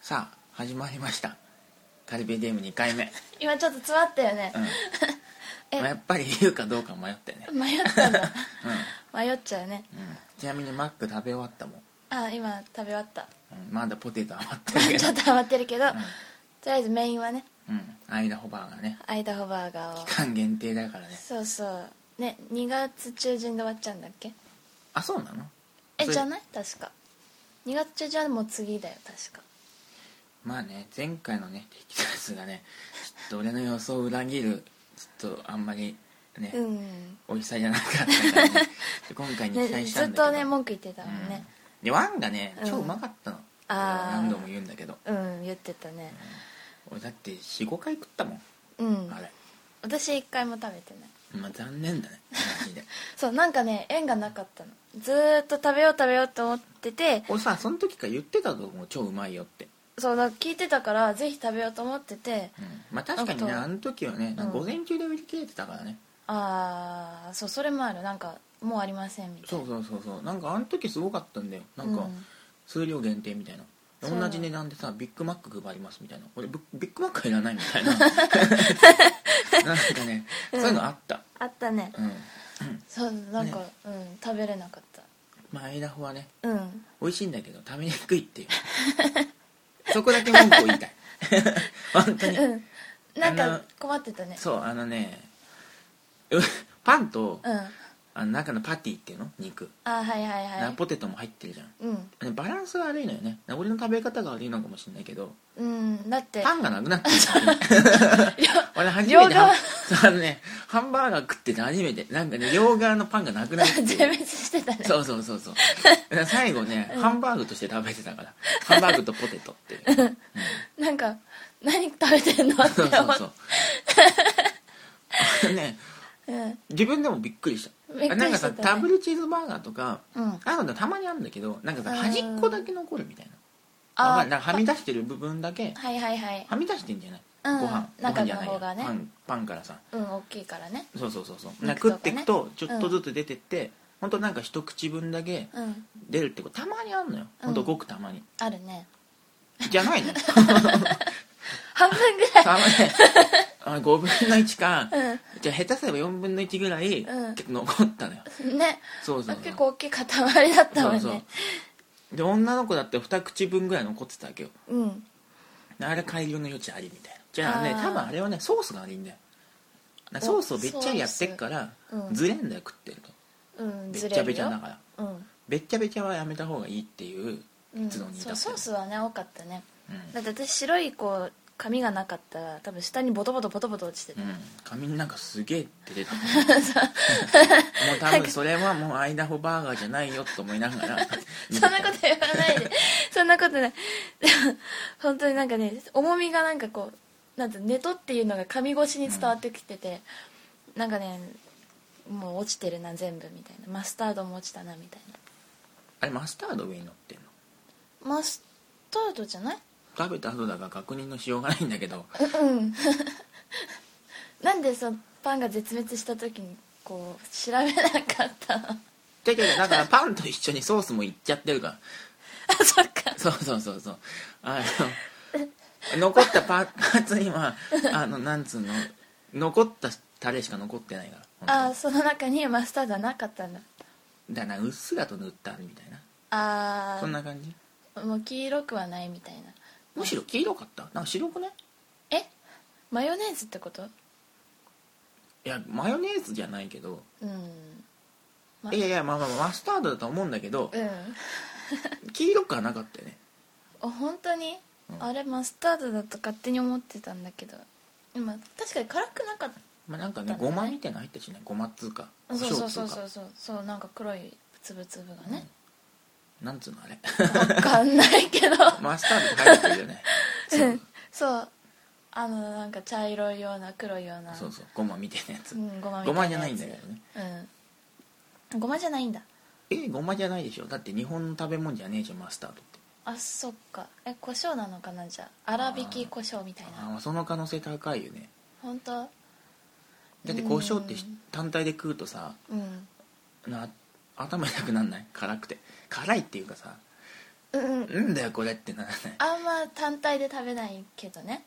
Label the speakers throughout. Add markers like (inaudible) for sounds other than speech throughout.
Speaker 1: さあ始まりましたカルビディウム2回目、
Speaker 2: 今ちょっと詰まったよね
Speaker 1: う、ん
Speaker 2: (laughs) え
Speaker 1: まあやっぱり言うかどうか迷ってね、
Speaker 2: 迷った
Speaker 1: (laughs)
Speaker 2: んだ迷っちゃうね
Speaker 1: うん、ちなみにマック食べ終わったもん、
Speaker 2: あ今食べ終
Speaker 1: (laughs)
Speaker 2: わった
Speaker 1: うんまだポテト余ってるけ
Speaker 2: ち
Speaker 1: ど
Speaker 2: ょっと余ってるけど、とりあえずメインはね
Speaker 1: うんアイダホバーがね
Speaker 2: アイダホバーガーを
Speaker 1: 期間限定だからね
Speaker 2: そうそうね2月中旬で終わっちゃうんだっけ
Speaker 1: あそうなの
Speaker 2: え
Speaker 1: それ
Speaker 2: じゃない確か2月中旬はもう次だよ確か
Speaker 1: まあね前回のねテキサスがねちょっと俺の予想を裏切るちょっとあんまりね、
Speaker 2: うん
Speaker 1: 美味しさじゃなかったから
Speaker 2: (laughs)
Speaker 1: ねで今回に期
Speaker 2: ね、
Speaker 1: 待し
Speaker 2: ず
Speaker 1: た
Speaker 2: っ
Speaker 1: んだけど
Speaker 2: とね文句言ってたもんね
Speaker 1: うんでワンがね
Speaker 2: うん
Speaker 1: 超うまかったの、
Speaker 2: あー
Speaker 1: 何度も言うんだけど
Speaker 2: うん、言ってたね
Speaker 1: 俺だって45回食ったもん、
Speaker 2: うん
Speaker 1: あれ、
Speaker 2: 私1回も食べてない
Speaker 1: まあ、残念だねマジで (laughs)
Speaker 2: そうなんかね縁がなかったのずーっと食べよう食べようと思ってて
Speaker 1: 俺さその時から言ってたと思う超うまいよって、
Speaker 2: そうだ聞いてたからぜひ食べようと思ってて
Speaker 1: うんまあ確かにね
Speaker 2: あと
Speaker 1: あの時はね
Speaker 2: うん
Speaker 1: 午前中で売り切れてたからね、
Speaker 2: ああそうそれもあるなんかもうありませんみたい
Speaker 1: そ
Speaker 2: な
Speaker 1: うそうそうそうなんかあの時すごかったんだよなんか
Speaker 2: うん
Speaker 1: 数量限定みたいな、
Speaker 2: そう
Speaker 1: 同じ値段でさビッグマック配りますみたいな俺ビッビッグマックはいらないみたいな
Speaker 2: (laughs)
Speaker 1: なんかねそういうのあった
Speaker 2: あったね
Speaker 1: うん
Speaker 2: そうなんか、
Speaker 1: ね
Speaker 2: うん食べれなかっ
Speaker 1: まあアイダホはね
Speaker 2: たうん
Speaker 1: 美味しいんだけど食べにくいっていうそこだけ文句を言い
Speaker 2: (laughs)
Speaker 1: たい本当に
Speaker 2: うんなん
Speaker 1: あ
Speaker 2: か
Speaker 1: の
Speaker 2: 困ってたね
Speaker 1: そうあのねうパンと
Speaker 2: うん
Speaker 1: あの中のパティっていうの肉、
Speaker 2: あーはいはいは
Speaker 1: ないポテトも入ってるじゃん
Speaker 2: うん
Speaker 1: あのバランスが悪いのよね俺の食べ方が悪いのかもしれないけど
Speaker 2: うんだって
Speaker 1: パンがなくなってるっていう (laughs) 俺初
Speaker 2: 両
Speaker 1: めて
Speaker 2: 側
Speaker 1: あのねハンバーガー食ってて初めてなんかね両側のパンがなくなるってい
Speaker 2: (laughs) 全
Speaker 1: う
Speaker 2: 滅してたね
Speaker 1: そうそうそう
Speaker 2: (laughs)
Speaker 1: そうだから最後ね、ハンバーグとして食べてたからハンバーグとポテトっていう
Speaker 2: なんか何食べてん (laughs) のって
Speaker 1: そうそ
Speaker 2: 思
Speaker 1: う
Speaker 2: っ
Speaker 1: そう
Speaker 2: て
Speaker 1: あのね
Speaker 2: うん
Speaker 1: 自分でもびっくりした
Speaker 2: びっくりしてた
Speaker 1: な
Speaker 2: ね
Speaker 1: んかさダブルチーズバーガーとか
Speaker 2: うん
Speaker 1: あのたまにあるんだけどなんかさ
Speaker 2: うん
Speaker 1: 端っこだけ残るみたいなわ
Speaker 2: あ
Speaker 1: かんないなんかはみ
Speaker 2: 出
Speaker 1: 出してる部分だけ
Speaker 2: はいはいはい
Speaker 1: はみ出してんじゃない、
Speaker 2: うん
Speaker 1: ご飯ご
Speaker 2: 中
Speaker 1: 飯
Speaker 2: の
Speaker 1: じゃないや
Speaker 2: 方がね
Speaker 1: パンパンからさ
Speaker 2: うん大きいからね
Speaker 1: そうそうそうそう、なんか食
Speaker 2: 肉と
Speaker 1: っ
Speaker 2: か
Speaker 1: てい
Speaker 2: ね
Speaker 1: くとちょっとずつ出てって、ほんとなんか一口分だけ
Speaker 2: うん
Speaker 1: 出るってことたまにあんのよほんとごくたまに、
Speaker 2: あるね
Speaker 1: じゃないの
Speaker 2: 半分ぐらい
Speaker 1: たまにあ5分の1か、
Speaker 2: うん
Speaker 1: じゃあ下手すれば4分の1ぐらい、
Speaker 2: うん
Speaker 1: 結構残ったのよ
Speaker 2: ね
Speaker 1: そうそうそう
Speaker 2: 結構大きい塊だったもんね
Speaker 1: そうそうで女の子だって2口分ぐらい残ってたわけよ
Speaker 2: うん
Speaker 1: あれ改良の余地ありみたいなじゃあね
Speaker 2: あー
Speaker 1: 多分あれはねソースが悪いんだよソースをべっちゃりやってっから
Speaker 2: ソースうん
Speaker 1: ずれんだよ食ってると
Speaker 2: うん
Speaker 1: べ
Speaker 2: ず
Speaker 1: っち
Speaker 2: れる
Speaker 1: ゃ
Speaker 2: よ
Speaker 1: べちゃだから
Speaker 2: うん
Speaker 1: べっちゃべちゃはやめた方がいいっていう
Speaker 2: うん
Speaker 1: 結論に至って
Speaker 2: そ
Speaker 1: る
Speaker 2: うソースはね多かったね
Speaker 1: うん
Speaker 2: だって私白いこう髪がなかったら多分下にボトボトボトボト落ちてた
Speaker 1: うん髪になんかすげえ出
Speaker 2: (laughs)
Speaker 1: てた (laughs) もう多分それはもうアイダホバーガーじゃないよと思いながら見て
Speaker 2: (laughs) そ
Speaker 1: た
Speaker 2: んなこと言わない (laughs) でそんなことない (laughs) でも本当になんかね重みがなんかこうなんてネトっていうのが髪越しに伝わってきてて、なんかねもう落ちてるな全部みたいなマスタードも落ちたなみたい
Speaker 1: あれマスタード上に乗ってんの
Speaker 2: なマスタードじゃない
Speaker 1: 食べた後だから確認のしようがないんだけど
Speaker 2: うんなんでそのパンが絶滅した時にこう調べなかったの (laughs)
Speaker 1: 違う違うだからパンと一緒にソースもいっちゃってるから
Speaker 2: あそっか
Speaker 1: そうそうそうそうあの残ったパパーツに
Speaker 2: (laughs)
Speaker 1: はあのなんつうの残ったタレしか残ってないから
Speaker 2: あ
Speaker 1: 本
Speaker 2: ーその中にマスタードはなかったんだ
Speaker 1: 当にだからうっすらと塗ったみたいな
Speaker 2: あ
Speaker 1: そんな感じ
Speaker 2: あもう黄色くはないみたいな
Speaker 1: むしろ黄色かったなんか白くね
Speaker 2: えマヨネーズってこと
Speaker 1: いやマヨネーズじゃないけど
Speaker 2: うんま
Speaker 1: いやいやまあまあまあマスタードだと思うんだけど
Speaker 2: うん
Speaker 1: 黄色くはなかったよね
Speaker 2: あ本当
Speaker 1: う
Speaker 2: に、
Speaker 1: ん
Speaker 2: あれマスタードだと勝手に思ってたんだけど今確かに辛くなかっ
Speaker 1: まあなんか
Speaker 2: だ
Speaker 1: ね
Speaker 2: ね
Speaker 1: ごまみたいなの入ったしねごまっつうか
Speaker 2: たそうそうそう
Speaker 1: 胡椒っつ
Speaker 2: そうそうそうなんか黒いつぶつぶがね、
Speaker 1: うんなんつうのあれ (laughs)
Speaker 2: わかんないけど
Speaker 1: マスタードって入ってるよねそう
Speaker 2: (laughs) うんそうあのなんか茶色いような黒いような
Speaker 1: そうそうごまみたいなやつ
Speaker 2: うん、ごまみたいなやつ
Speaker 1: ごまじゃないんだけどね
Speaker 2: うんごまじゃないんだ
Speaker 1: えごまじゃないでしょだって日本の食べ物じゃねえじゃんマスタードって
Speaker 2: あそっかえ胡椒なのかなじゃあ粗挽き胡椒みたい
Speaker 1: あー
Speaker 2: な
Speaker 1: まあその可能性高いよね
Speaker 2: 本当
Speaker 1: だって胡椒ってし
Speaker 2: うん
Speaker 1: 単体で食うとさ
Speaker 2: うん
Speaker 1: な頭痛くなんない辛くて辛いっていうかさ
Speaker 2: うんうん
Speaker 1: なんだよこれってならない
Speaker 2: あんま単体で食べないけどね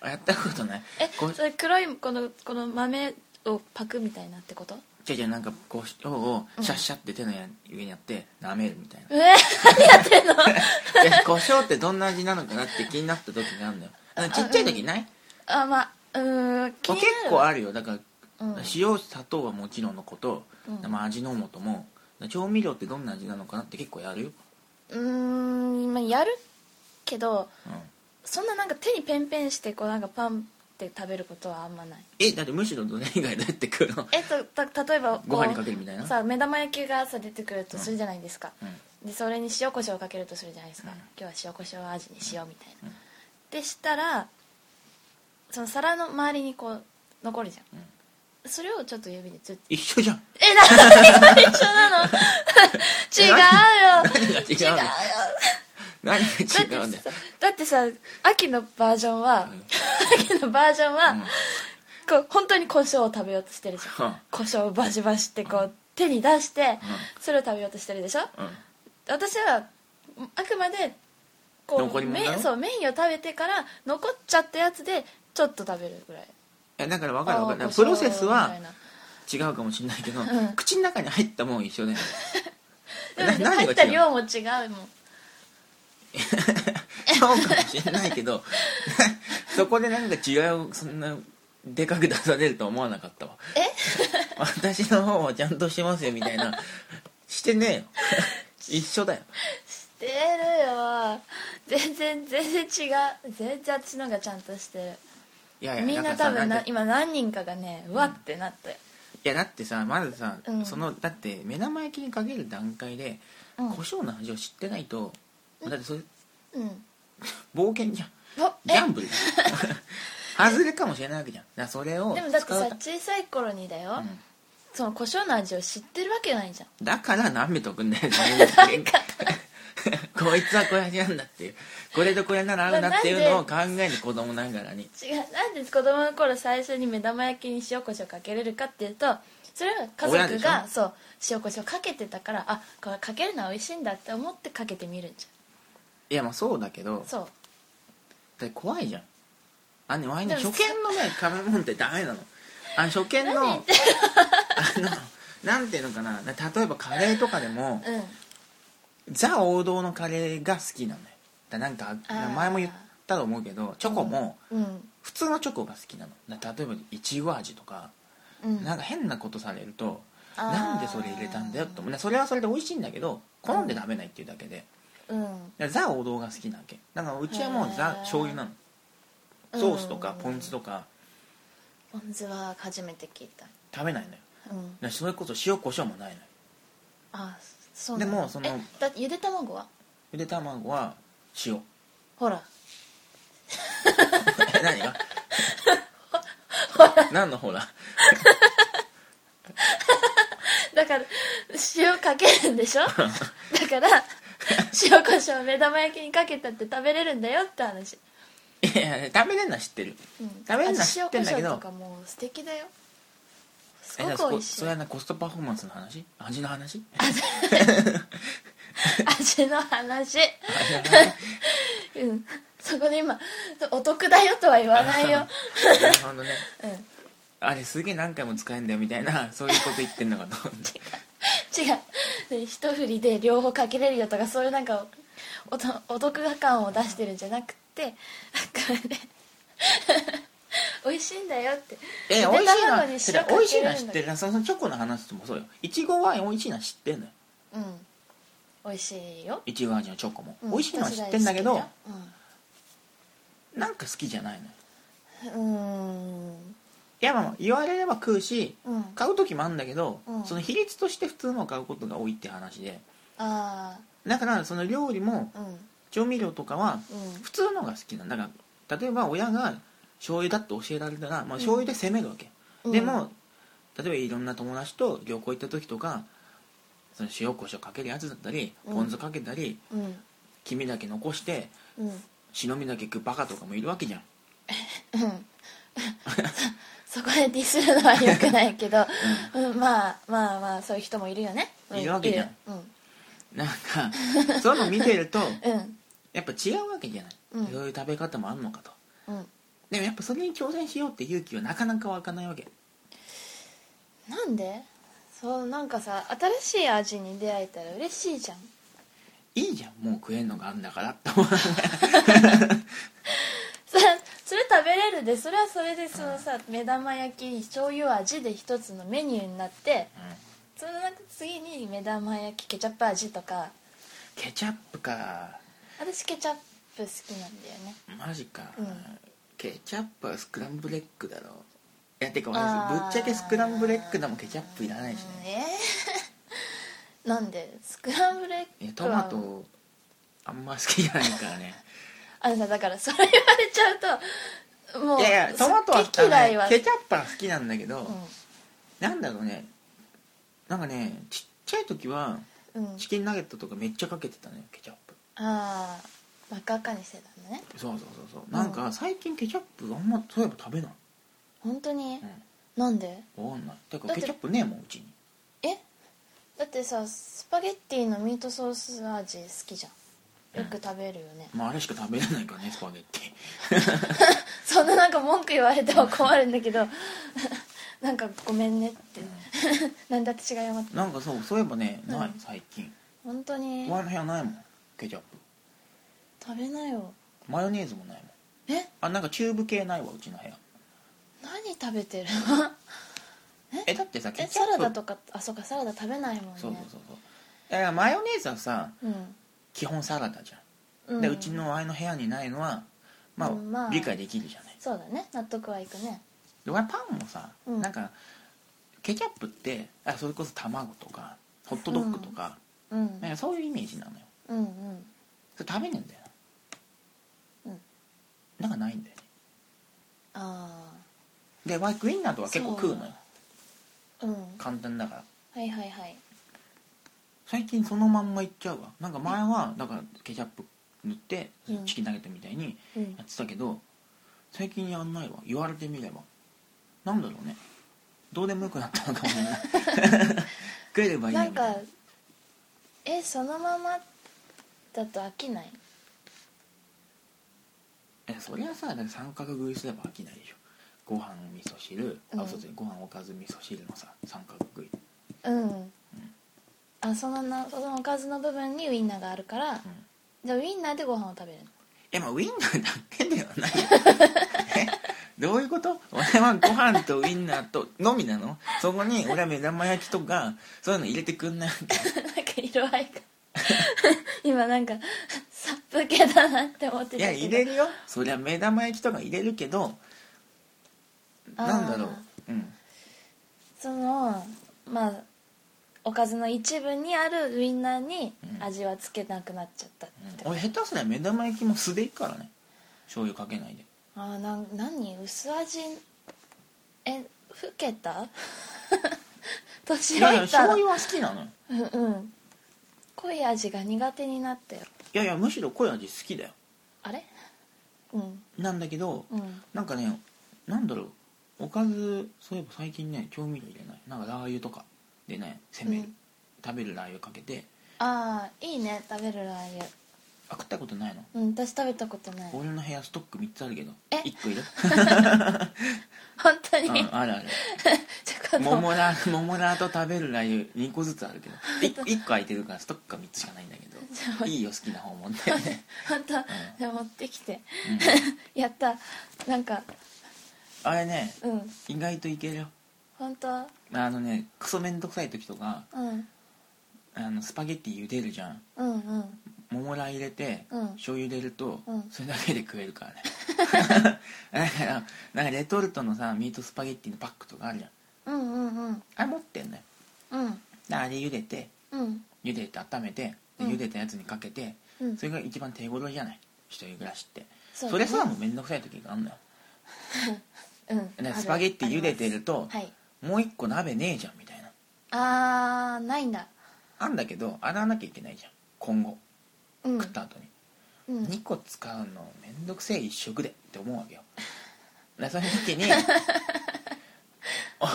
Speaker 1: あやったことない
Speaker 2: え
Speaker 1: こ
Speaker 2: それ黒いこのこの豆をパクみたいなってこと
Speaker 1: じゃじゃなんかこうをシャッシャって手のや上にやって舐めるみたいな
Speaker 2: (laughs) えー、何やってんの
Speaker 1: で胡椒ってどんな味なのかなって気になった時があるんだよあのちっちゃい時ない
Speaker 2: あまあうーん気
Speaker 1: 結
Speaker 2: になる
Speaker 1: 構あるよだから
Speaker 2: うん
Speaker 1: 塩砂糖はもちろんのこと、
Speaker 2: うん
Speaker 1: まあ、味の素も調味料ってどんな味なのかなって結構やるよ、
Speaker 2: うーんまあやるけど
Speaker 1: うん、
Speaker 2: そんななんか手にペンペンしてこうなんかパンって食べることはあんまない
Speaker 1: えだってむしろどれ以外どうやって食うの
Speaker 2: えっとた例えばこう
Speaker 1: ご飯にかけるみたいな
Speaker 2: さ目玉焼きが朝出てくるとするじゃないですか、
Speaker 1: うん
Speaker 2: でそれに塩コショウかけるとするじゃないですか、
Speaker 1: うん
Speaker 2: 今日は塩コショウ味にしようみたいな、
Speaker 1: うん
Speaker 2: でしたらその皿の周りにこう残るじゃん、
Speaker 1: うん
Speaker 2: それをちょっと指でずっと
Speaker 1: 一緒じゃん
Speaker 2: え何が一緒な
Speaker 1: (laughs)
Speaker 2: の違うよ
Speaker 1: 何が違
Speaker 2: 違う
Speaker 1: う
Speaker 2: よ
Speaker 1: の何が違
Speaker 2: だ
Speaker 1: う
Speaker 2: っ
Speaker 1: ん
Speaker 2: て
Speaker 1: だよ
Speaker 2: さだってさ秋のバージョンは、秋のバージョンは、
Speaker 1: うん
Speaker 2: こう本当に胡椒を食べようとしてるじゃん、
Speaker 1: うん
Speaker 2: 胡椒をバシバシってこう手に出して、それを食べようとしてるでしょ
Speaker 1: うん
Speaker 2: 私はあくまでこ
Speaker 1: 残
Speaker 2: う
Speaker 1: り物
Speaker 2: メ
Speaker 1: だろ
Speaker 2: インそうメインを食べてから残っちゃったやつでちょっと食べるぐらい
Speaker 1: えだから分かる分かる
Speaker 2: あ
Speaker 1: だ
Speaker 2: ー
Speaker 1: からプロセス
Speaker 2: 胡椒
Speaker 1: は
Speaker 2: みたいな
Speaker 1: 違うかもしれないけど、
Speaker 2: ん
Speaker 1: 口の中に入ったもん一緒だよ
Speaker 2: (laughs) でもね
Speaker 1: な何
Speaker 2: 入
Speaker 1: が
Speaker 2: った
Speaker 1: 違うの
Speaker 2: 量も違うもん
Speaker 1: そうかもしれないけど (laughs) そこでなんか違うそんなでかく出されるとは思わなかったわ
Speaker 2: え
Speaker 1: (laughs) 私の方はちゃんとしますよみた
Speaker 2: (laughs)
Speaker 1: いなしてねえよ (laughs) 一緒だよ
Speaker 2: してるよ全然全然違う全然私のがちゃんとしてる
Speaker 1: いやいや
Speaker 2: みんな
Speaker 1: だか
Speaker 2: 多
Speaker 1: らさ
Speaker 2: 分
Speaker 1: な
Speaker 2: な
Speaker 1: か
Speaker 2: ん今何人かがねうわってなったよ、
Speaker 1: いやだってさまずさ、
Speaker 2: うん
Speaker 1: そのだって目玉焼きにかける段階で、
Speaker 2: うん
Speaker 1: 胡椒の味を知ってないとだってそれ
Speaker 2: うん
Speaker 1: 冒険じゃん
Speaker 2: お
Speaker 1: ギ
Speaker 2: え
Speaker 1: ャンブルじ
Speaker 2: (laughs)
Speaker 1: ゃん外れかもしれないわけじゃんだからそれを
Speaker 2: でもだって
Speaker 1: 使
Speaker 2: さ
Speaker 1: うた
Speaker 2: 小さい頃にだよ、
Speaker 1: うん
Speaker 2: その胡椒の味を知ってるわけないじゃん
Speaker 1: だから舐めとくんだよね
Speaker 2: (laughs)
Speaker 1: こいつはこういう味なんだっていうこれとこれなら合うなっていうのを考える子供ながらに
Speaker 2: 違うなんで子供の頃最初に目玉焼きに塩コショウかけれるかっていうとそれは
Speaker 1: 親で
Speaker 2: 家族
Speaker 1: しょ
Speaker 2: がそう塩コショウかけてたからあこれかけるのは美味しいんだって思ってかけてみるんじ
Speaker 1: いやまあそうだけど
Speaker 2: ゃんそう
Speaker 1: だって怖いじゃんあのねワインの
Speaker 2: で
Speaker 1: 初
Speaker 2: も
Speaker 1: 見のね食べ物ってダメなのあの初見のあのなんていうのかな例えばカレーとかでも
Speaker 2: うん
Speaker 1: ザ王道のカレーが好きなのよだなんか
Speaker 2: あー
Speaker 1: 前も言ったと思うけどチョコも
Speaker 2: うん
Speaker 1: 普通のチョコが好きなのだ例えばいちご味とか
Speaker 2: うん
Speaker 1: なんか変なことされると
Speaker 2: あー
Speaker 1: なんでそれ入れたんだよって思うそれはそれで美味しいんだけど好んで食べないっていうだけで
Speaker 2: うん
Speaker 1: だからザ王道が好きなわけだからうちはもう
Speaker 2: へ
Speaker 1: ザ
Speaker 2: ー
Speaker 1: 醤油なの
Speaker 2: うん
Speaker 1: ソースとかポン酢とか
Speaker 2: ポン酢は初めて聞いた
Speaker 1: 食べないのよだか
Speaker 2: うん
Speaker 1: らそれこそ塩コショウもないのよ
Speaker 2: あそうなんだ
Speaker 1: でもその
Speaker 2: えだってゆで卵は
Speaker 1: ゆで卵は塩 (laughs)
Speaker 2: ほら
Speaker 1: え何が何のほら
Speaker 2: だから塩かける
Speaker 1: (laughs)
Speaker 2: んでしょだから塩コショウ目玉焼きにかけたって食べれるんだよって話
Speaker 1: いやいや食べれんのは知ってる
Speaker 2: うん
Speaker 1: 食べるのは知ってんだけど
Speaker 2: あ塩コショウとかもう素敵だよす
Speaker 1: え
Speaker 2: ご
Speaker 1: そ
Speaker 2: く美
Speaker 1: こ
Speaker 2: 味しい
Speaker 1: それはなコストパフォーマンスの話味の話
Speaker 2: 味の
Speaker 1: (laughs)
Speaker 2: 話うんそこで今お得だよとは言わないよ
Speaker 1: (laughs) なるほどね
Speaker 2: うん違
Speaker 1: あれすげえ何回も使えんだよみたい (laughs) なそういうこと言ってんのかと思って
Speaker 2: うで一振りで両方かけれるよとかそういうなんかおとお得感を出してるんじゃなくてだからね (laughs) 美味しいんだよって (laughs)
Speaker 1: え
Speaker 2: ゆで
Speaker 1: 美味しい
Speaker 2: 卵
Speaker 1: な
Speaker 2: に
Speaker 1: 美味
Speaker 2: 塩かけ
Speaker 1: しい
Speaker 2: れ
Speaker 1: な
Speaker 2: る
Speaker 1: 知
Speaker 2: ん
Speaker 1: っ
Speaker 2: だ
Speaker 1: てるなそのチョコの話もそうよいちごは美味しいな知ってんのよ
Speaker 2: うん美味しいよ、
Speaker 1: いちご味のチョコも、
Speaker 2: うん
Speaker 1: 美味しいのは知ってんだけど
Speaker 2: 私大好きだよ
Speaker 1: なんか好きじゃないのよ
Speaker 2: うんう
Speaker 1: いやまあまあ言われれば食うし
Speaker 2: ーんうん
Speaker 1: 買う時もあるんだけど、
Speaker 2: うん
Speaker 1: その比率として普通のを買うことが多いって話で
Speaker 2: あ
Speaker 1: だからその料理も
Speaker 2: あうん
Speaker 1: 調味料とかは
Speaker 2: うん
Speaker 1: 普通のが好きなんだだから例えば親が醤油だって教えられたら、まあ、醤油で攻めるわけ、
Speaker 2: うん
Speaker 1: でも例えばいろんな友達と旅行行った時とかその塩コショウかけるやつだったり
Speaker 2: うん
Speaker 1: ポン酢かけたり、
Speaker 2: うん
Speaker 1: 黄身だけ残して
Speaker 2: うん
Speaker 1: 白身だけ食うバカとかもいるわ
Speaker 2: (laughs)
Speaker 1: けじゃん
Speaker 2: うんそそこでディスるのは良くないけど、うんまあまあまあそういう人もいるよね、う
Speaker 1: いるわけじゃん
Speaker 2: いるよ
Speaker 1: なんかそういうの見てると
Speaker 2: うん
Speaker 1: やっぱ違うわけじゃない、
Speaker 2: うん
Speaker 1: そういう食べ方もあんのかと
Speaker 2: うん
Speaker 1: でもやっぱそれに挑戦しようって勇気はなかなか湧かないわけ
Speaker 2: なんでそうなんかさ新しい味に出会えたら嬉しいじゃん
Speaker 1: いいじゃんもう食えんのがあんだからと
Speaker 2: (laughs)
Speaker 1: 思う
Speaker 2: それそれ食べれるでそれはそれでそのさ目玉焼き醤油味で一つのメニューになって
Speaker 1: うん
Speaker 2: そのなんか次に目玉焼きケチャップ味とか
Speaker 1: ケチャップか
Speaker 2: 私ケチャップ好きなんだよね
Speaker 1: マジか、
Speaker 2: うん
Speaker 1: ケチャップはスクランブルエッグだろいやてか
Speaker 2: あー
Speaker 1: 私ぶっちゃけスクランブルエッグでもケチャップいらないし
Speaker 2: うん
Speaker 1: ね
Speaker 2: えー (laughs) なんでスクランブルエッ
Speaker 1: いや
Speaker 2: グ
Speaker 1: ト
Speaker 2: は
Speaker 1: マトあんま好きじゃないから
Speaker 2: (laughs)
Speaker 1: ね
Speaker 2: あのさだからそれ言われちゃうとも
Speaker 1: い
Speaker 2: うい
Speaker 1: やいやトマトは、
Speaker 2: 嫌い
Speaker 1: ね
Speaker 2: は、、
Speaker 1: ケチャップは好きなんだけど、
Speaker 2: う
Speaker 1: なんだろうねなんかねちっちゃい時は
Speaker 2: んうん
Speaker 1: チキンナゲットとかめっちゃかけてたねケチャップ
Speaker 2: ああ真っ赤っかにしてたのね
Speaker 1: そうそうそうそうなんか最近ケチャップあんまそういえば食べない、
Speaker 2: 本当に
Speaker 1: うん、
Speaker 2: なんで
Speaker 1: わかんないてか
Speaker 2: だって
Speaker 1: ケチャップねえもんうちに
Speaker 2: えだってさスパゲッティのミートソース味好きじゃんよく食べるよね、
Speaker 1: まああれしか食べれないからねスパゲッティ
Speaker 2: そんななんか文句言われては困るんだけど (laughs) なんかごめんねって、 (laughs) なんだって違います
Speaker 1: なんかそうそういえばねない、
Speaker 2: うん
Speaker 1: 最近
Speaker 2: 本当に
Speaker 1: お前の部屋ないもんケチャップ
Speaker 2: 食べなよ
Speaker 1: マヨネーズもないもん
Speaker 2: え
Speaker 1: あなんかチューブ系ないわうちの部屋
Speaker 2: 何食べてる (laughs) の
Speaker 1: えだってさケ
Speaker 2: え
Speaker 1: チャッ
Speaker 2: サ
Speaker 1: プ
Speaker 2: ラダとかあそうかサラダ食べないもんね
Speaker 1: そうそうそうそうだからマヨネーズはさ
Speaker 2: うん
Speaker 1: 基本サラダじゃん、
Speaker 2: うん
Speaker 1: でうちの前の部屋にないのはまあ、
Speaker 2: うんまあ
Speaker 1: 理解できるじゃない
Speaker 2: そうだね納得はいくね
Speaker 1: で俺パンもさ、
Speaker 2: うん
Speaker 1: なんかケチャップってあそれこそ卵とかホットドッグとか,、
Speaker 2: うん
Speaker 1: なんかそういうイメージなのよ
Speaker 2: うんうん
Speaker 1: それ食べねえんだよな
Speaker 2: うん
Speaker 1: だからないんだよね
Speaker 2: あ
Speaker 1: でワイクウインナーとか結構食うのよ
Speaker 2: あうん
Speaker 1: 簡単だから
Speaker 2: はいはいはい
Speaker 1: 最近そのまんまいっちゃうわなんか前はだからケチャップ塗って
Speaker 2: うん
Speaker 1: チキンナゲットみたいに
Speaker 2: うん
Speaker 1: やってたけど、最近やんないわ言われてみればなんだろうねどうでもよくなったのかも
Speaker 2: (laughs)
Speaker 1: ね食えればいい
Speaker 2: な
Speaker 1: や
Speaker 2: ん
Speaker 1: みたい
Speaker 2: か
Speaker 1: な
Speaker 2: えそのままだと飽きない
Speaker 1: えそりゃさだって三角食いすれば飽きないでしょご飯味噌汁、
Speaker 2: うん
Speaker 1: あそうですねご飯おかず味噌汁のさ三角食い、う
Speaker 2: うんあそのなそのおかずの部分にウインナーがあるから
Speaker 1: ん、
Speaker 2: じゃあウインナーでご飯を食べるの
Speaker 1: えまあウインナーだけでは (laughs) ないえどういうこと俺はご飯とウインナーとのみなのそこに俺は目玉焼きとかそういうの入れてくんない
Speaker 2: なんか色合いが (laughs) 今なんか殺風景だなって思って
Speaker 1: い
Speaker 2: た
Speaker 1: や
Speaker 2: けど
Speaker 1: 入れるよそりゃ目玉焼きとか入れるけど
Speaker 2: あー
Speaker 1: なんだろううん
Speaker 2: そのまあおかずの一部にあるウインナーに
Speaker 1: うん
Speaker 2: 味はつけなくなっちゃったって
Speaker 1: うん、俺下手すりゃ目玉焼きも素でいくからね醤油かけないで
Speaker 2: あーなん何薄味え老けた (laughs)
Speaker 1: い
Speaker 2: 年
Speaker 1: やいや
Speaker 2: 老いた
Speaker 1: 醤油は好きなのよ
Speaker 2: うんうん濃い味が苦手になったよ
Speaker 1: いやいやむしろ濃い味好きだよ
Speaker 2: あれうん
Speaker 1: なんだけど
Speaker 2: うん
Speaker 1: なんかねなんだろうおかずそういえば最近ね調味料入れないなんかラー油とかでね攻める、
Speaker 2: うん
Speaker 1: 食べるラー油かけて
Speaker 2: ああいいね食べるラー油
Speaker 1: あ食ったことないの
Speaker 2: うん私食べたことない
Speaker 1: 俺の部屋ストック3つあるけど
Speaker 2: え
Speaker 1: 1個いる、
Speaker 2: (laughs) 本当
Speaker 1: う
Speaker 2: (laughs) に、
Speaker 1: ん、あるある
Speaker 2: ちょっと
Speaker 1: 桃ラー桃ラーと食べるラー油2個ずつあるけ
Speaker 2: (laughs)
Speaker 1: ど 1, 個空いてるからストックが3つしかないんだけどいいよ好きな方もって、
Speaker 2: 本当、じゃあ持ってきて (laughs)
Speaker 1: うん
Speaker 2: やったなんか
Speaker 1: あれね
Speaker 2: うん
Speaker 1: 意外といけるよ
Speaker 2: 本当
Speaker 1: あのねクソめんどくさい時とか
Speaker 2: うん
Speaker 1: あのスパゲッティ茹でるじゃん
Speaker 2: うんうん
Speaker 1: 桃ラー入れて、
Speaker 2: うん
Speaker 1: 醤油入れると、
Speaker 2: うん
Speaker 1: それだけで食えるからね
Speaker 2: (laughs)
Speaker 1: だからなんかレトルトのさミートスパゲッティのパックとかあるじゃん
Speaker 2: うんうんうん
Speaker 1: あれ持ってんね
Speaker 2: うん
Speaker 1: であれ茹でて
Speaker 2: うん
Speaker 1: 茹でて温めてで
Speaker 2: うん
Speaker 1: 茹でたやつにかけて、
Speaker 2: うん
Speaker 1: それが一番手頃じゃない一人暮らしって
Speaker 2: そ
Speaker 1: そ,、
Speaker 2: う
Speaker 1: れさもうめんどくさい時があんのよ
Speaker 2: うん
Speaker 1: だからスパゲッティ茹でてると、
Speaker 2: はい
Speaker 1: もう一個鍋ねえじゃんみたいな
Speaker 2: あーないんだ
Speaker 1: あんだけど洗わなきゃいけないじゃん今後
Speaker 2: うん
Speaker 1: 食った後に、
Speaker 2: うん
Speaker 1: 2個使うのめんどくせえ一食でって思う
Speaker 2: (laughs)
Speaker 1: わけよでそういう時にああ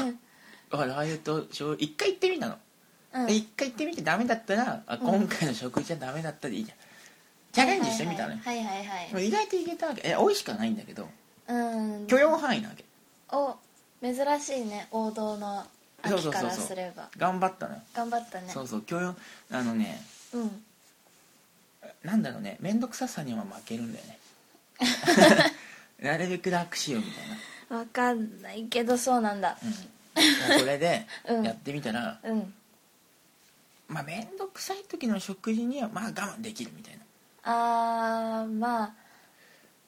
Speaker 1: ラー油と醤油一回行ってみたの
Speaker 2: うん
Speaker 1: で一回行ってみてダメだったら、あ今回の食事はダメだったでいいじゃんチャレンジしてみたのよ、
Speaker 2: はいはいはい、
Speaker 1: でも意外といけたわけえ美味しくはないんだけど
Speaker 2: うん
Speaker 1: 許容範囲なわけ
Speaker 2: お珍しいね王道の
Speaker 1: そうそうそうそ
Speaker 2: 秋
Speaker 1: う
Speaker 2: からすれば
Speaker 1: 頑張ったのよ、
Speaker 2: 頑張ったね
Speaker 1: そうそう許容あのね
Speaker 2: うん
Speaker 1: なんだろうね面倒くささには負けるんだよ
Speaker 2: (laughs)
Speaker 1: ねなるべく楽しようみたいな
Speaker 2: わかんないけどそうなんだ (laughs)
Speaker 1: うん、それで
Speaker 2: うん
Speaker 1: やってみたら、
Speaker 2: うん
Speaker 1: まあ面倒くさい時の食事にはまあ我慢できるみたいな
Speaker 2: あーまあ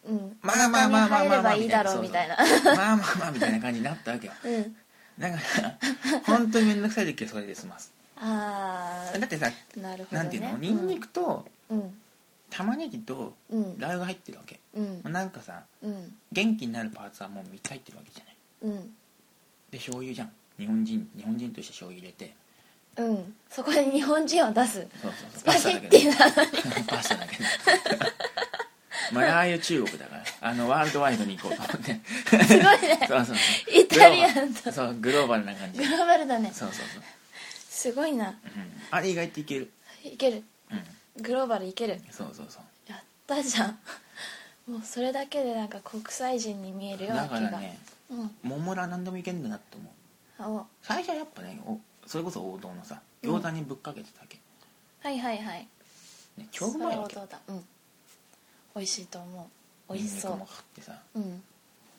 Speaker 2: うん
Speaker 1: まあまあまあまあまあ
Speaker 2: お腹に入れ
Speaker 1: まあ
Speaker 2: ばいいだろうみたいな
Speaker 1: そうそうまあまあまあみたいな感じになったわけよ
Speaker 2: うん
Speaker 1: だから本当に面倒くさい時はそれで済ます
Speaker 2: あ
Speaker 1: だってさ
Speaker 2: あなるほど
Speaker 1: な
Speaker 2: ね
Speaker 1: んていうのニンニクと
Speaker 2: うん
Speaker 1: 玉ねぎと
Speaker 2: うん
Speaker 1: ラー油が入ってるわけ
Speaker 2: うん
Speaker 1: なんかさ
Speaker 2: うん
Speaker 1: 元気になるパーツはもう3つ入ってるわけじゃない
Speaker 2: うん
Speaker 1: で醤油じゃん日本人日本人として醤油入れて
Speaker 2: うんそこで日本人を出す
Speaker 1: そうそうそう
Speaker 2: スパゲッティなのに
Speaker 1: パスタだけどまあラー油中国だからあのワールドワイドに行こうと思って
Speaker 2: すごいね
Speaker 1: (laughs) そうそうそう
Speaker 2: イタリアンと
Speaker 1: グローバルそうグローバルな感じ
Speaker 2: グローバルだね
Speaker 1: そうそうそう、
Speaker 2: すごいな
Speaker 1: うん、あれ意外といける
Speaker 2: いける
Speaker 1: うん
Speaker 2: グローバルいける
Speaker 1: そうそうそう
Speaker 2: やったじゃんもうそれだけでなんか国際人に見えるような
Speaker 1: だ
Speaker 2: 気
Speaker 1: か
Speaker 2: が
Speaker 1: らね
Speaker 2: うん
Speaker 1: 桃ら何でもいけるんだなって思う
Speaker 2: あお
Speaker 1: 最初はやっぱねおそれこそ王道のさ
Speaker 2: うん
Speaker 1: 餃子にぶっかけてたわけ、
Speaker 2: はいはいはい
Speaker 1: ね、超うまいわけ
Speaker 2: そうだうん美味しいと思う美
Speaker 1: ニ
Speaker 2: 味
Speaker 1: ン
Speaker 2: し
Speaker 1: ニ
Speaker 2: そ
Speaker 1: ク
Speaker 2: う
Speaker 1: もかってさ、
Speaker 2: うん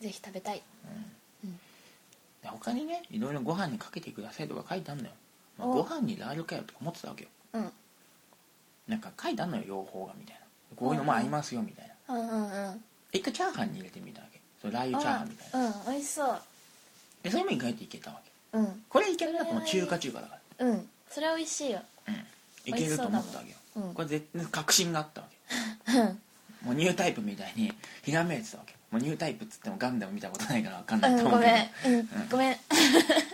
Speaker 2: ぜひ食べたい
Speaker 1: うん
Speaker 2: うん
Speaker 1: で他にねいろいろご飯にかけてくださいとか書いてあるのよ、まあ、
Speaker 2: お
Speaker 1: ご飯にラー油かよとか思ってたわけよ
Speaker 2: うん
Speaker 1: なんか書いてあんのよ用法がみたいなこういうのもありますよみたいな
Speaker 2: うんうんうん
Speaker 1: 一回チャーハンに入れてみたわけそれラー油チャーハンみたいな
Speaker 2: なうん美味しそう
Speaker 1: でそれも意外といけたわけ
Speaker 2: うん
Speaker 1: これいけるなと思う
Speaker 2: それはいい
Speaker 1: 中華中華だか
Speaker 2: うんそれは美味しいよ
Speaker 1: ら、うん、いけると思ったわけよ
Speaker 2: うん
Speaker 1: これ絶対確信があったわけ
Speaker 2: (laughs) うん
Speaker 1: もうニュータイプみたいにひらめいてたわけもうニュータイプっつってもガンダム見たことないから分かんないと
Speaker 2: うん
Speaker 1: 思
Speaker 2: ご
Speaker 1: うけど、
Speaker 2: めんうん
Speaker 1: うん
Speaker 2: ごめん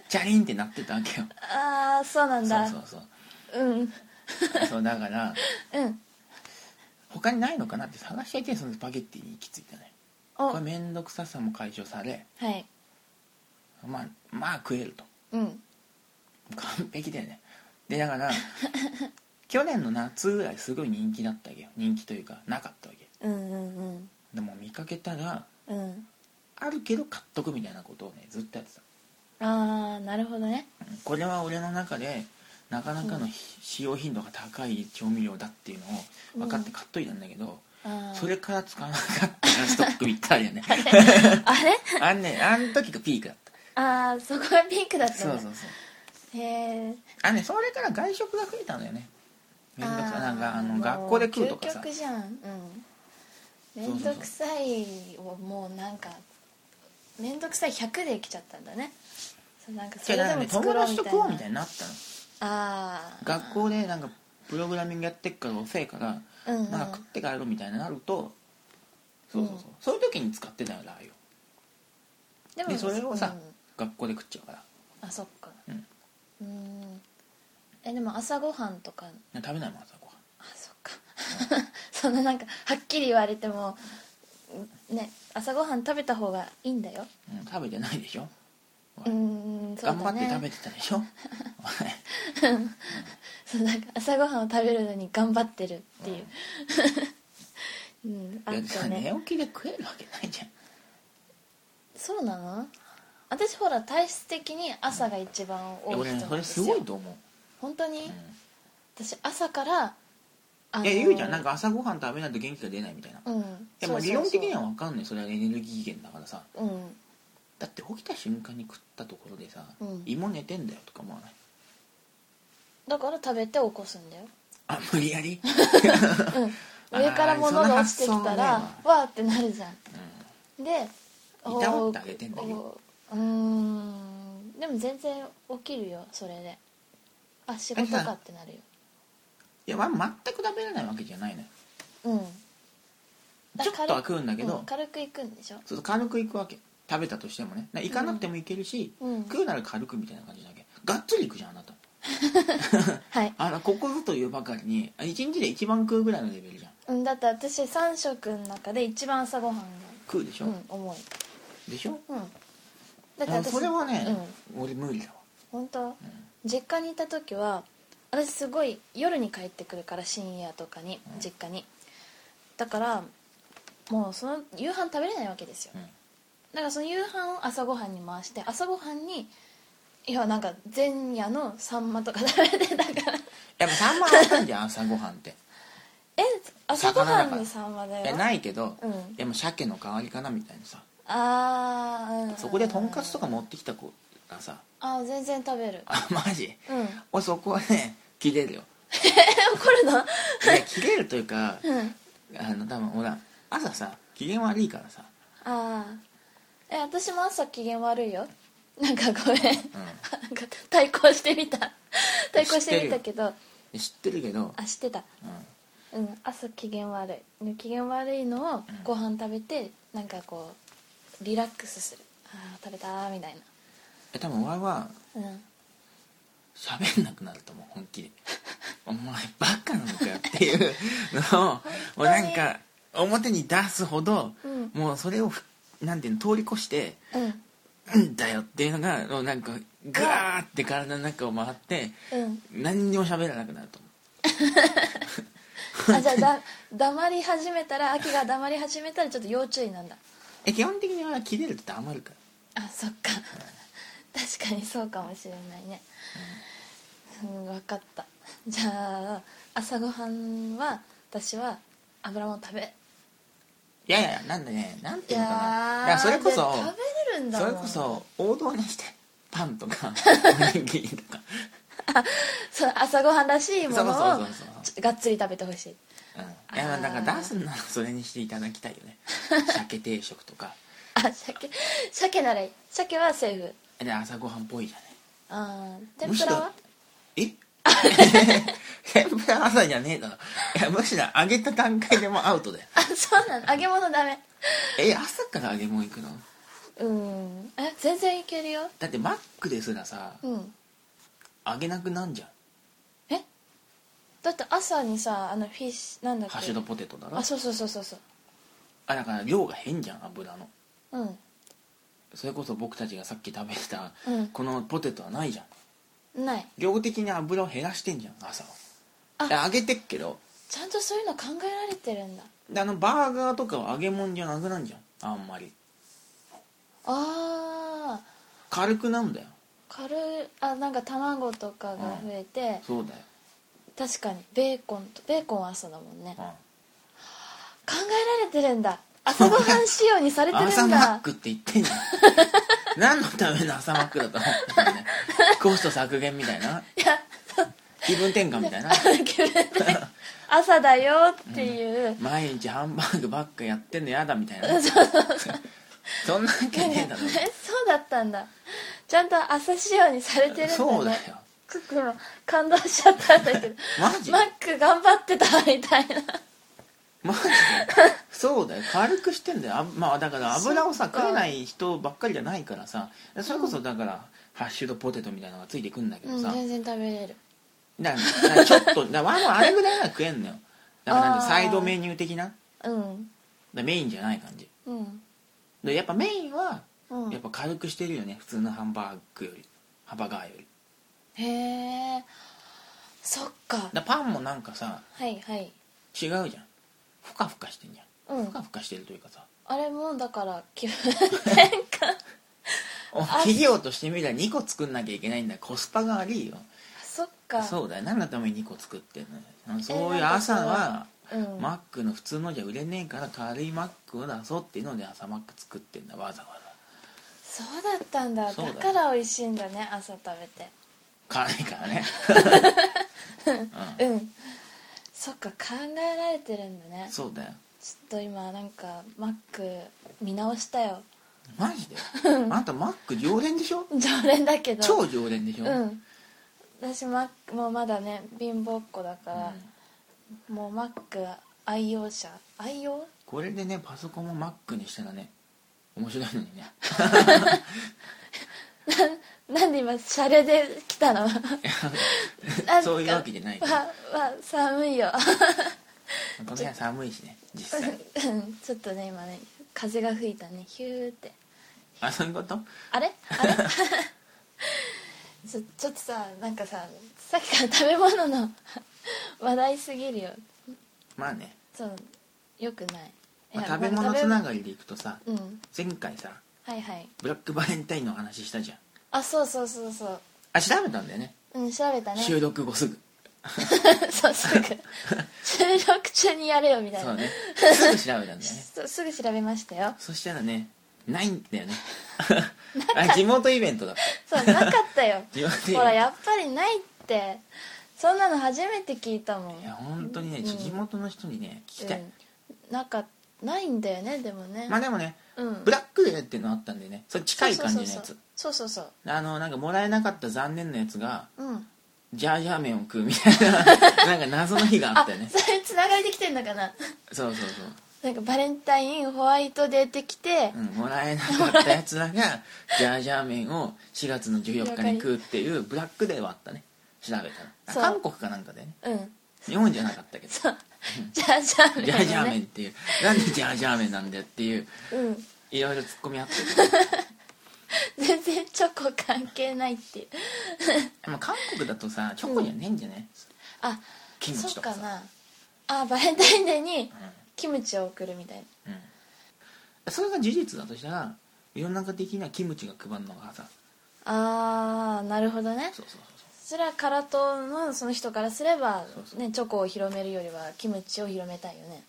Speaker 1: チャリンってなってたわけよ
Speaker 2: ああそうなんだ
Speaker 1: そうそう
Speaker 2: うん
Speaker 1: そうそうだから
Speaker 2: うん
Speaker 1: 他にないのかなって探していてそのスパゲッティに行き着いたね
Speaker 2: お
Speaker 1: これ面倒くささも解消され
Speaker 2: はい
Speaker 1: まあまあ食えると
Speaker 2: うん
Speaker 1: 完璧だよねでだから (laughs) 去年の夏ぐらいすごい人気だったわけよ人気というかなかったわけ
Speaker 2: うんうん
Speaker 1: でも見かけたら
Speaker 2: うんうん
Speaker 1: あるけど買っとくみたいなことをねずっとやってた
Speaker 2: ああなるほどね
Speaker 1: うんこれは俺の中でなかなかのひ使用頻度が高い調味料だっていうのを分かって買っといたんだけど、
Speaker 2: あー
Speaker 1: それから使わなかったストックいった (laughs) あるよね
Speaker 2: あれ
Speaker 1: あんねあん時がピークだっ
Speaker 2: ああそこがピンクだったた
Speaker 1: そ
Speaker 2: ん
Speaker 1: う
Speaker 2: だ
Speaker 1: そうそう
Speaker 2: へえ
Speaker 1: あねそれから外食が増えたんだよねめんどくさいなんかあの
Speaker 2: もう
Speaker 1: 学校で食うとかさ
Speaker 2: 究極じゃんうんめ
Speaker 1: そうんそうそう
Speaker 2: どくさいをもうなんかめんどくさい100できちゃったんだねそうなんかそ
Speaker 1: じゃ
Speaker 2: れ
Speaker 1: あ
Speaker 2: で
Speaker 1: なんか
Speaker 2: も
Speaker 1: ね
Speaker 2: 作
Speaker 1: 友
Speaker 2: ろう
Speaker 1: 達
Speaker 2: み
Speaker 1: と
Speaker 2: たい
Speaker 1: 食お
Speaker 2: な
Speaker 1: うみたいになったの
Speaker 2: ああ
Speaker 1: 学校でなんかプログラミングやってっから遅いから、
Speaker 2: うんうん
Speaker 1: まあ食って帰ろうみたいになるとそうそうそう、そういう時に使ってたよラー油
Speaker 2: で
Speaker 1: でそれをさ
Speaker 2: うん
Speaker 1: 学校で食っちゃうから
Speaker 2: あそっか
Speaker 1: うん
Speaker 2: うんえでも朝ごはんとか
Speaker 1: 食べないもん朝ごはん
Speaker 2: あそっか (laughs) そんななんかはっきり言われてもね朝ごはん食べた方がいいんだよ
Speaker 1: うん食べてないでしょ、
Speaker 2: うーんそうだ
Speaker 1: 頑
Speaker 2: ね
Speaker 1: 張って食べてたでしょお前
Speaker 2: そうなんか朝ごはんを食べるのに頑張ってるっていう (laughs) うん、 (laughs) あ
Speaker 1: だ
Speaker 2: っ
Speaker 1: って
Speaker 2: た
Speaker 1: さ寝
Speaker 2: ね
Speaker 1: 起きで食えるわけないじゃん
Speaker 2: そうなの私ほら体質的に朝が一番多い人
Speaker 1: 俺ね
Speaker 2: な
Speaker 1: そ
Speaker 2: ん
Speaker 1: れ
Speaker 2: ですす
Speaker 1: ごい
Speaker 2: よ
Speaker 1: と思
Speaker 2: 本当に、
Speaker 1: う、
Speaker 2: 私朝からあ
Speaker 1: うん、
Speaker 2: の
Speaker 1: えゆうちゃんなんか朝ごはん食べないと元気が出ないみたいな、
Speaker 2: うん
Speaker 1: でも理論的には分かんないそれはエネルギー源だからさ
Speaker 2: そうそうそう
Speaker 1: だって起きた瞬間に食ったところでさ、
Speaker 2: うん
Speaker 1: 芋寝てんだよとか思わない
Speaker 2: うんだから食べて起こすんだよ、
Speaker 1: あ無理や
Speaker 2: (laughs)
Speaker 1: り、
Speaker 2: う
Speaker 1: あ
Speaker 2: ん、
Speaker 1: ー
Speaker 2: 上から物が落ちてきたら
Speaker 1: そんな
Speaker 2: わ
Speaker 1: 発想
Speaker 2: ーってなるじゃん
Speaker 1: う
Speaker 2: で
Speaker 1: いたわってあげてんだけど
Speaker 2: おうーんでも全然起きるよそれであ仕事かってなるよ
Speaker 1: ん、いやま全く食べれないわけじゃないのよ
Speaker 2: うんだ
Speaker 1: ちょっとは食うんだけど、
Speaker 2: うん軽く行くんでしょ
Speaker 1: そうそう軽くいくわけ食べたとしてもねだから行かなくてもいけるし、
Speaker 2: うん
Speaker 1: 食うなら軽くみたいな感じだけがっつりいくじゃんあなた
Speaker 2: はい、
Speaker 1: あのここぞというばかりにあ一日で一番食うぐらいのレベルじゃん
Speaker 2: うん、だって私3食の中で一番朝ごはんが
Speaker 1: 食うでし
Speaker 2: う
Speaker 1: ょ、
Speaker 2: ん重い
Speaker 1: でしょ
Speaker 2: うんだって
Speaker 1: あ
Speaker 2: 私
Speaker 1: それはね、俺無理だわ
Speaker 2: 本当、実家にいた時は私すごい夜に帰ってくるから深夜とかに
Speaker 1: うん
Speaker 2: 実家にだからもうその夕飯食べれないわけですよ
Speaker 1: うん
Speaker 2: だからその夕飯を朝ごはんに回して朝ごはんにいやなんか前夜のサンマとか食べてたから (laughs)
Speaker 1: やっぱサンマあったんじゃん朝ごはんって
Speaker 2: え朝ごは
Speaker 1: 魚だか
Speaker 2: ん
Speaker 1: ら
Speaker 2: にサンマだ
Speaker 1: いや
Speaker 2: よ
Speaker 1: ないけど、
Speaker 2: うん
Speaker 1: いやもう鮭の代わりかなみたいなさ
Speaker 2: ああ、うん、
Speaker 1: そこでとんかつとか持ってきた子がさ
Speaker 2: あー全然食べる
Speaker 1: あマジ
Speaker 2: うんえ
Speaker 1: 俺そこはね切れる
Speaker 2: (laughs)
Speaker 1: よ
Speaker 2: 怒るの
Speaker 1: いや切れるというか
Speaker 2: うん
Speaker 1: あの多分ほら朝さ機嫌悪いからさ、
Speaker 2: ああえ私も朝機嫌悪いよなんかごめ
Speaker 1: う
Speaker 2: ん
Speaker 1: ん
Speaker 2: なんか対抗してみ
Speaker 1: (laughs)
Speaker 2: た対抗してみたけど
Speaker 1: で、知ってるけど、
Speaker 2: あ知ってた
Speaker 1: うん
Speaker 2: うん朝機嫌悪いで機嫌悪いのをご飯食べてなんかこうリラックスするああ食べたーみたい
Speaker 1: え多分俺は
Speaker 2: なうん
Speaker 1: 喋んなくなると思う本気
Speaker 2: (laughs)
Speaker 1: でお前バカなのかよっていうのをもうなんか表に出すほど、
Speaker 2: うん
Speaker 1: もうそれをふなんていうの通り越して
Speaker 2: うん
Speaker 1: 「うんだよ」っていうのがもうなんかガーって体の中を回って
Speaker 2: うん
Speaker 1: 何にも喋らなくなると思う
Speaker 2: あじゃあ
Speaker 1: (laughs)
Speaker 2: だ黙り始めたら秋が黙り始めたらちょっと要注意なんだ
Speaker 1: え基本的には切れると黙るから
Speaker 2: あそっか (laughs) 確かにそうかもしれないねうん分かったじゃあ朝ごはんは私は油もん食べ
Speaker 1: いやいやなんでねなんていうのか
Speaker 2: ー
Speaker 1: ないやそれこそ
Speaker 2: で食べれるんだ
Speaker 1: そ
Speaker 2: もん
Speaker 1: れこそ王道にしてパンと
Speaker 2: (laughs)
Speaker 1: かおにぎりとか
Speaker 2: そう朝ごはんらしいものを
Speaker 1: そうそうそうそう
Speaker 2: ちょがっつり食べてほし
Speaker 1: う
Speaker 2: い
Speaker 1: んいやまあだから出すんならそれにしていただきたいよ
Speaker 2: (laughs)
Speaker 1: ね鮭定食とか
Speaker 2: あ鮭鮭ならいい鮭はセーフ
Speaker 1: で朝ごはんっぽいじゃない
Speaker 2: あー天ぷらは (laughs)
Speaker 1: え (laughs) 天ぷら朝じゃねえだろいやむしろ揚げた段階でもうアウトだよ
Speaker 2: あそうなの揚げ物ダメ
Speaker 1: え朝から揚げ物行くの
Speaker 2: うんえ全然いけるよ
Speaker 1: だってマックですらさ
Speaker 2: うん
Speaker 1: 揚げなくなんじゃん
Speaker 2: えだって朝にさあのフィッシュなんだっけ
Speaker 1: ハッシュドポテトだろ
Speaker 2: あそうそうそうそうそう
Speaker 1: あだから量が変じゃん油の
Speaker 2: うん
Speaker 1: それこそ僕たちがさっき食べてた
Speaker 2: うん
Speaker 1: このポテトはないじゃん
Speaker 2: ない
Speaker 1: 量的に油を減らしてんじゃん朝を
Speaker 2: あ
Speaker 1: いや揚げてっけど
Speaker 2: ちゃんとそういうの考えられてるんだ
Speaker 1: であのバーガーとかは揚げ物じゃなくなんじゃんあんまり
Speaker 2: ああ
Speaker 1: 軽くなんだよ
Speaker 2: 軽いあなんか卵とかが増えて、
Speaker 1: そうだよ、
Speaker 2: 確かにベーコンとベーコンは朝だもんね
Speaker 1: う
Speaker 2: 考
Speaker 1: ん
Speaker 2: えられてるんだ朝ごはん仕様にされてるんだ
Speaker 1: (laughs) 朝マックって言ってん
Speaker 2: (laughs)
Speaker 1: じゃん何のための朝マックだと思って
Speaker 2: (laughs)
Speaker 1: たんだよコスト削減みたいない
Speaker 2: や
Speaker 1: 気分転換みたいな
Speaker 2: 気分で朝だよっていう、 (laughs)
Speaker 1: 毎日ハンバーグばっかやってんのやだみたいなそんなわけねえだろ
Speaker 2: ねそうだったんだちゃんと朝仕様にされてるんだね
Speaker 1: そうだよ
Speaker 2: クックも感動しちゃったんだけど
Speaker 1: (laughs) マジ
Speaker 2: マック頑張ってたみたいな
Speaker 1: マジでそうだよ軽くしてんだよあまあだから油をさ
Speaker 2: そっか
Speaker 1: 食えない人ばっかりじゃないからさそれこそだからハッシュドポテトみたいなのがついてくんだけ
Speaker 2: う
Speaker 1: ど
Speaker 2: ん
Speaker 1: さ、
Speaker 2: 全然食べれる
Speaker 1: だからだからちょっとだからワンワンあれぐらいなら食えんのよだからなん
Speaker 2: あ
Speaker 1: か
Speaker 2: ー
Speaker 1: サイドメニュー的なだか
Speaker 2: うん
Speaker 1: らメインじゃない感じ
Speaker 2: うん
Speaker 1: でやっぱメインは
Speaker 2: うん
Speaker 1: やっぱ軽くしてるよね普通のハンバーグよりハンバーガーより
Speaker 2: へえそっか
Speaker 1: だからパンもなんかさ
Speaker 2: はいはい
Speaker 1: 違うじゃんふかふかしてんじゃ
Speaker 2: うんん
Speaker 1: ふかふかしてるというかさ
Speaker 2: あれもだから (laughs)
Speaker 1: (laughs)
Speaker 2: 気分転換
Speaker 1: お企業としてみれば2個作んなきゃいけないんだコスパが悪いよ
Speaker 2: そっか
Speaker 1: そうだよ何のために2個作ってんのよあのそうい
Speaker 2: え
Speaker 1: う
Speaker 2: なんかそ
Speaker 1: 朝
Speaker 2: う
Speaker 1: は
Speaker 2: うん、
Speaker 1: マックの普通のじゃ売れねえから軽いマックを出そうっていうので朝マック作ってんだわざわざ
Speaker 2: そうだったんだ
Speaker 1: そうだ
Speaker 2: だ
Speaker 1: よ
Speaker 2: から美味しいんだね朝食べて
Speaker 1: 辛いから
Speaker 2: (laughs)
Speaker 1: ね
Speaker 2: うんそっか考えられてるんだね
Speaker 1: そうだよ
Speaker 2: ちょっと今なんかマック見直したよ
Speaker 1: マジであんたマック常連でしょ
Speaker 2: 常連だけど
Speaker 1: 超常連でしょ、
Speaker 2: うん私マックもうまだね貧乏っ子だから、もうマック愛用者愛用
Speaker 1: これでねパソコンもマックにしたらね面白いのにね
Speaker 2: (laughs) なんで今シャレで来たのなんか
Speaker 1: そういうわけじゃない
Speaker 2: わわ寒いよ (laughs)
Speaker 1: この部屋寒いしね実際
Speaker 2: うんちょっとね今ね風が吹いたねヒューって
Speaker 1: (laughs) あそういうこと
Speaker 2: あれあれちょちょっとさなんかささっきから食べ物の話題すぎるよ
Speaker 1: まあね、
Speaker 2: そうよくない
Speaker 1: まあ、
Speaker 2: いや
Speaker 1: 食べ物
Speaker 2: まあ
Speaker 1: つながりでいくとさ
Speaker 2: べうん
Speaker 1: 前回さ
Speaker 2: はいはい
Speaker 1: ブラックバレンタインの話したじゃん
Speaker 2: あそうそうそうそう
Speaker 1: あ調べたんだよね
Speaker 2: うん調べたね
Speaker 1: 収録後すぐ
Speaker 2: (laughs) そうす
Speaker 1: (laughs)
Speaker 2: ぐ収録中にやれよみたい
Speaker 1: そう
Speaker 2: な
Speaker 1: ね
Speaker 2: (laughs)
Speaker 1: すぐ調べたんだよね
Speaker 2: そうすぐ調べましたよ
Speaker 1: そしたらねないんだよねあ地元イベントだった
Speaker 2: そうなかったよ
Speaker 1: 地元イベント
Speaker 2: ほらやっぱりないってそんなの初めて聞いたもん
Speaker 1: いや本当にね、ちょ
Speaker 2: うん
Speaker 1: 地元の人にね聞きたい、
Speaker 2: うん、なんかないんだよねでもね、
Speaker 1: まあでもね
Speaker 2: うん
Speaker 1: ブラックデーっていうのあったんでねそれ近い感じのやつ
Speaker 2: そうそうそう
Speaker 1: あのなんかもらえなかった残念なやつが
Speaker 2: そうそうそううん
Speaker 1: ジャージャー麺を食うみたい
Speaker 2: (laughs)
Speaker 1: ななんか謎の日があ
Speaker 2: あ
Speaker 1: ったよね
Speaker 2: それつながれてきてんのかな
Speaker 1: そうそうそ
Speaker 2: なんかバレンタインホワイトデーってきて
Speaker 1: う、うん、もらえなかったやつらがジャージャー麺を4月の14日に食うっていうブラックデーはあったね調べたらあ
Speaker 2: そう
Speaker 1: 韓国かなんかでね
Speaker 2: うん、
Speaker 1: 日本じゃなかったけど
Speaker 2: そうジャージャー麺、ね、
Speaker 1: ジャージャー麺っていうなんでジャージャー麺なんだよっていう
Speaker 2: うん
Speaker 1: いろいろツッコミあってるけ
Speaker 2: 全然チョコ関係ないっていう
Speaker 1: どまあ韓国だとさチョコにはねえんじゃね、
Speaker 2: あ
Speaker 1: キムチ
Speaker 2: そ
Speaker 1: と
Speaker 2: う
Speaker 1: か
Speaker 2: か
Speaker 1: さ
Speaker 2: なあバレンタインデーにキムチを送るみたいな
Speaker 1: うんうんそれが事実だとしたら世の中的にはキムチが配るのがさ
Speaker 2: あーなるほどね
Speaker 1: そうそうそうそう
Speaker 2: それはカラトのその人からすれば
Speaker 1: そうそう
Speaker 2: ねチョコを広めるよりはキムチを広めたいよね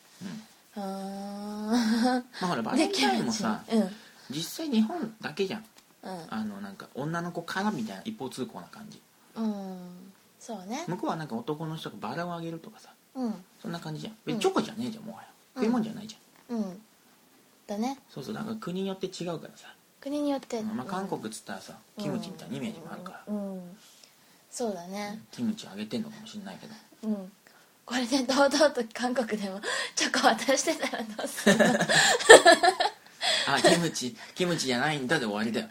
Speaker 1: うん
Speaker 2: うーん
Speaker 1: まあほらバレンタインもさ
Speaker 2: でキムチ
Speaker 1: 実際日本だけじゃん
Speaker 2: う
Speaker 1: あのなんか女の子からみたいな一方通行な感じ
Speaker 2: んうん、うん、そうね
Speaker 1: 向こうはなんか男の人がバラをあげるとかさ
Speaker 2: うん
Speaker 1: そんな感じじゃん
Speaker 2: う
Speaker 1: 別
Speaker 2: ん
Speaker 1: にチョコじゃねえじゃんもはや
Speaker 2: うん
Speaker 1: 食い物じゃないじゃん
Speaker 2: うんだね
Speaker 1: そうそうだから国によって違うからさ、
Speaker 2: 国によって、
Speaker 1: まあ、韓国っつったらさキムチみたいなイメージもあるから
Speaker 2: うん、うんそうだね
Speaker 1: キムチあげてんのかもしれないけど
Speaker 2: うん、これで堂々と韓国でもチョコ渡してたらどう
Speaker 1: (laughs)
Speaker 2: するの (laughs)
Speaker 1: あキムチキムチじゃないんだで終わりだよ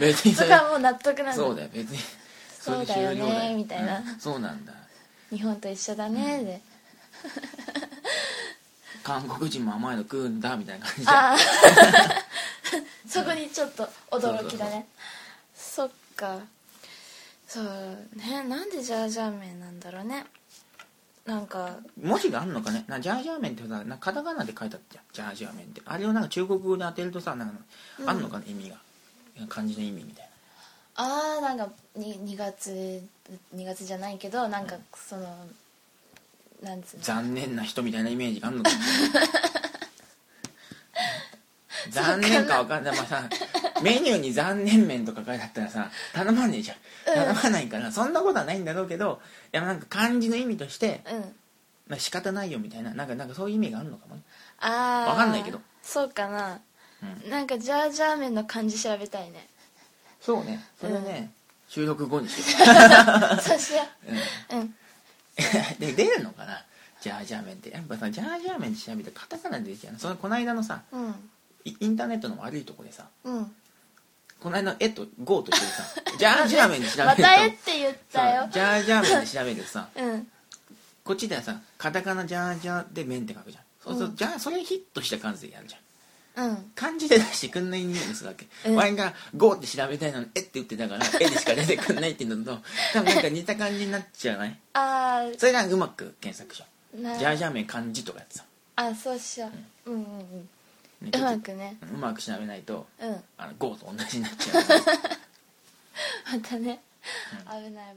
Speaker 1: 別に
Speaker 2: そ
Speaker 1: そ
Speaker 2: こ
Speaker 1: れ
Speaker 2: はもう納得なんだ
Speaker 1: そうだよ別に
Speaker 2: そうだ
Speaker 1: れ
Speaker 2: よ
Speaker 1: で終了
Speaker 2: ねみたいな、
Speaker 1: うんそうなんだ
Speaker 2: 日本と一緒だねで、
Speaker 1: 韓国人も甘いの食うんだみたいな感じで
Speaker 2: ああ (laughs) そこにちょっと驚きだねそっかそうねなんでジャージャー麺なんだろうねなんか
Speaker 1: 文字があんのかねなジャージャー麺ってさなカタカナで書いてあったじゃんジャージャー麺ってあれをなんか中国語で当てるとさなんかあんのかね、意味が漢字の意味みたい
Speaker 2: ああなんかに2月2月じゃないけどなんかその、なんつう
Speaker 1: な
Speaker 2: の
Speaker 1: 残念な人みたいなイメージがあん (laughs) のかも残念かわかんないまあさメニューに残念麺とか書いてあったらさ頼まねえじゃん頼まないから、そんなことはないんだろうけどいやなんか漢字の意味として、
Speaker 2: うん
Speaker 1: まあ、仕方ないよみたいななんかなんかそういう意味があるのかもね
Speaker 2: ああ
Speaker 1: わかんないけど
Speaker 2: そうかな、
Speaker 1: う
Speaker 2: なんかジャージャー麺の漢字調べたい (laughs) ね
Speaker 1: そうねそれね、収録後にして
Speaker 2: そうしよ
Speaker 1: (laughs)
Speaker 2: ううん、
Speaker 1: で出るのかなジャージャー麺ってやっぱさジャージャー麺って調べてカタカナで出てきたのそのこの間のさ
Speaker 2: うん
Speaker 1: イインターネットの悪いとこでさ
Speaker 2: うん
Speaker 1: この間の「え」と「ゴー」と一緒でさ
Speaker 2: (laughs)
Speaker 1: ジャージャー麺で調べる
Speaker 2: ま
Speaker 1: と
Speaker 2: たえって言った
Speaker 1: さ
Speaker 2: よ
Speaker 1: ジャージャー麺で調べるとさ
Speaker 2: うん
Speaker 1: こっちではさカタカナジャージャーで麺って書くじゃんそうする
Speaker 2: う
Speaker 1: とじゃあそれヒットした感じでやるじゃん
Speaker 2: うん
Speaker 1: 漢字で出してくんないニュースだけ、
Speaker 2: うん
Speaker 1: ワインが「ゴー」って調べたいのに「え」って言ってた
Speaker 2: (laughs)
Speaker 1: から「え」でしか出てくんないっていうのと多分なんか似た感じになっちゃわない
Speaker 2: あ
Speaker 1: それがうまく検索しよ
Speaker 2: あな
Speaker 1: うジャージャー麺漢字とかやってさ、
Speaker 2: あそうしよううんうんうん
Speaker 1: ね
Speaker 2: うまくね
Speaker 1: うまく調べないと
Speaker 2: うんま
Speaker 1: あのゴーと同じになっちゃう
Speaker 2: たね危ない危ない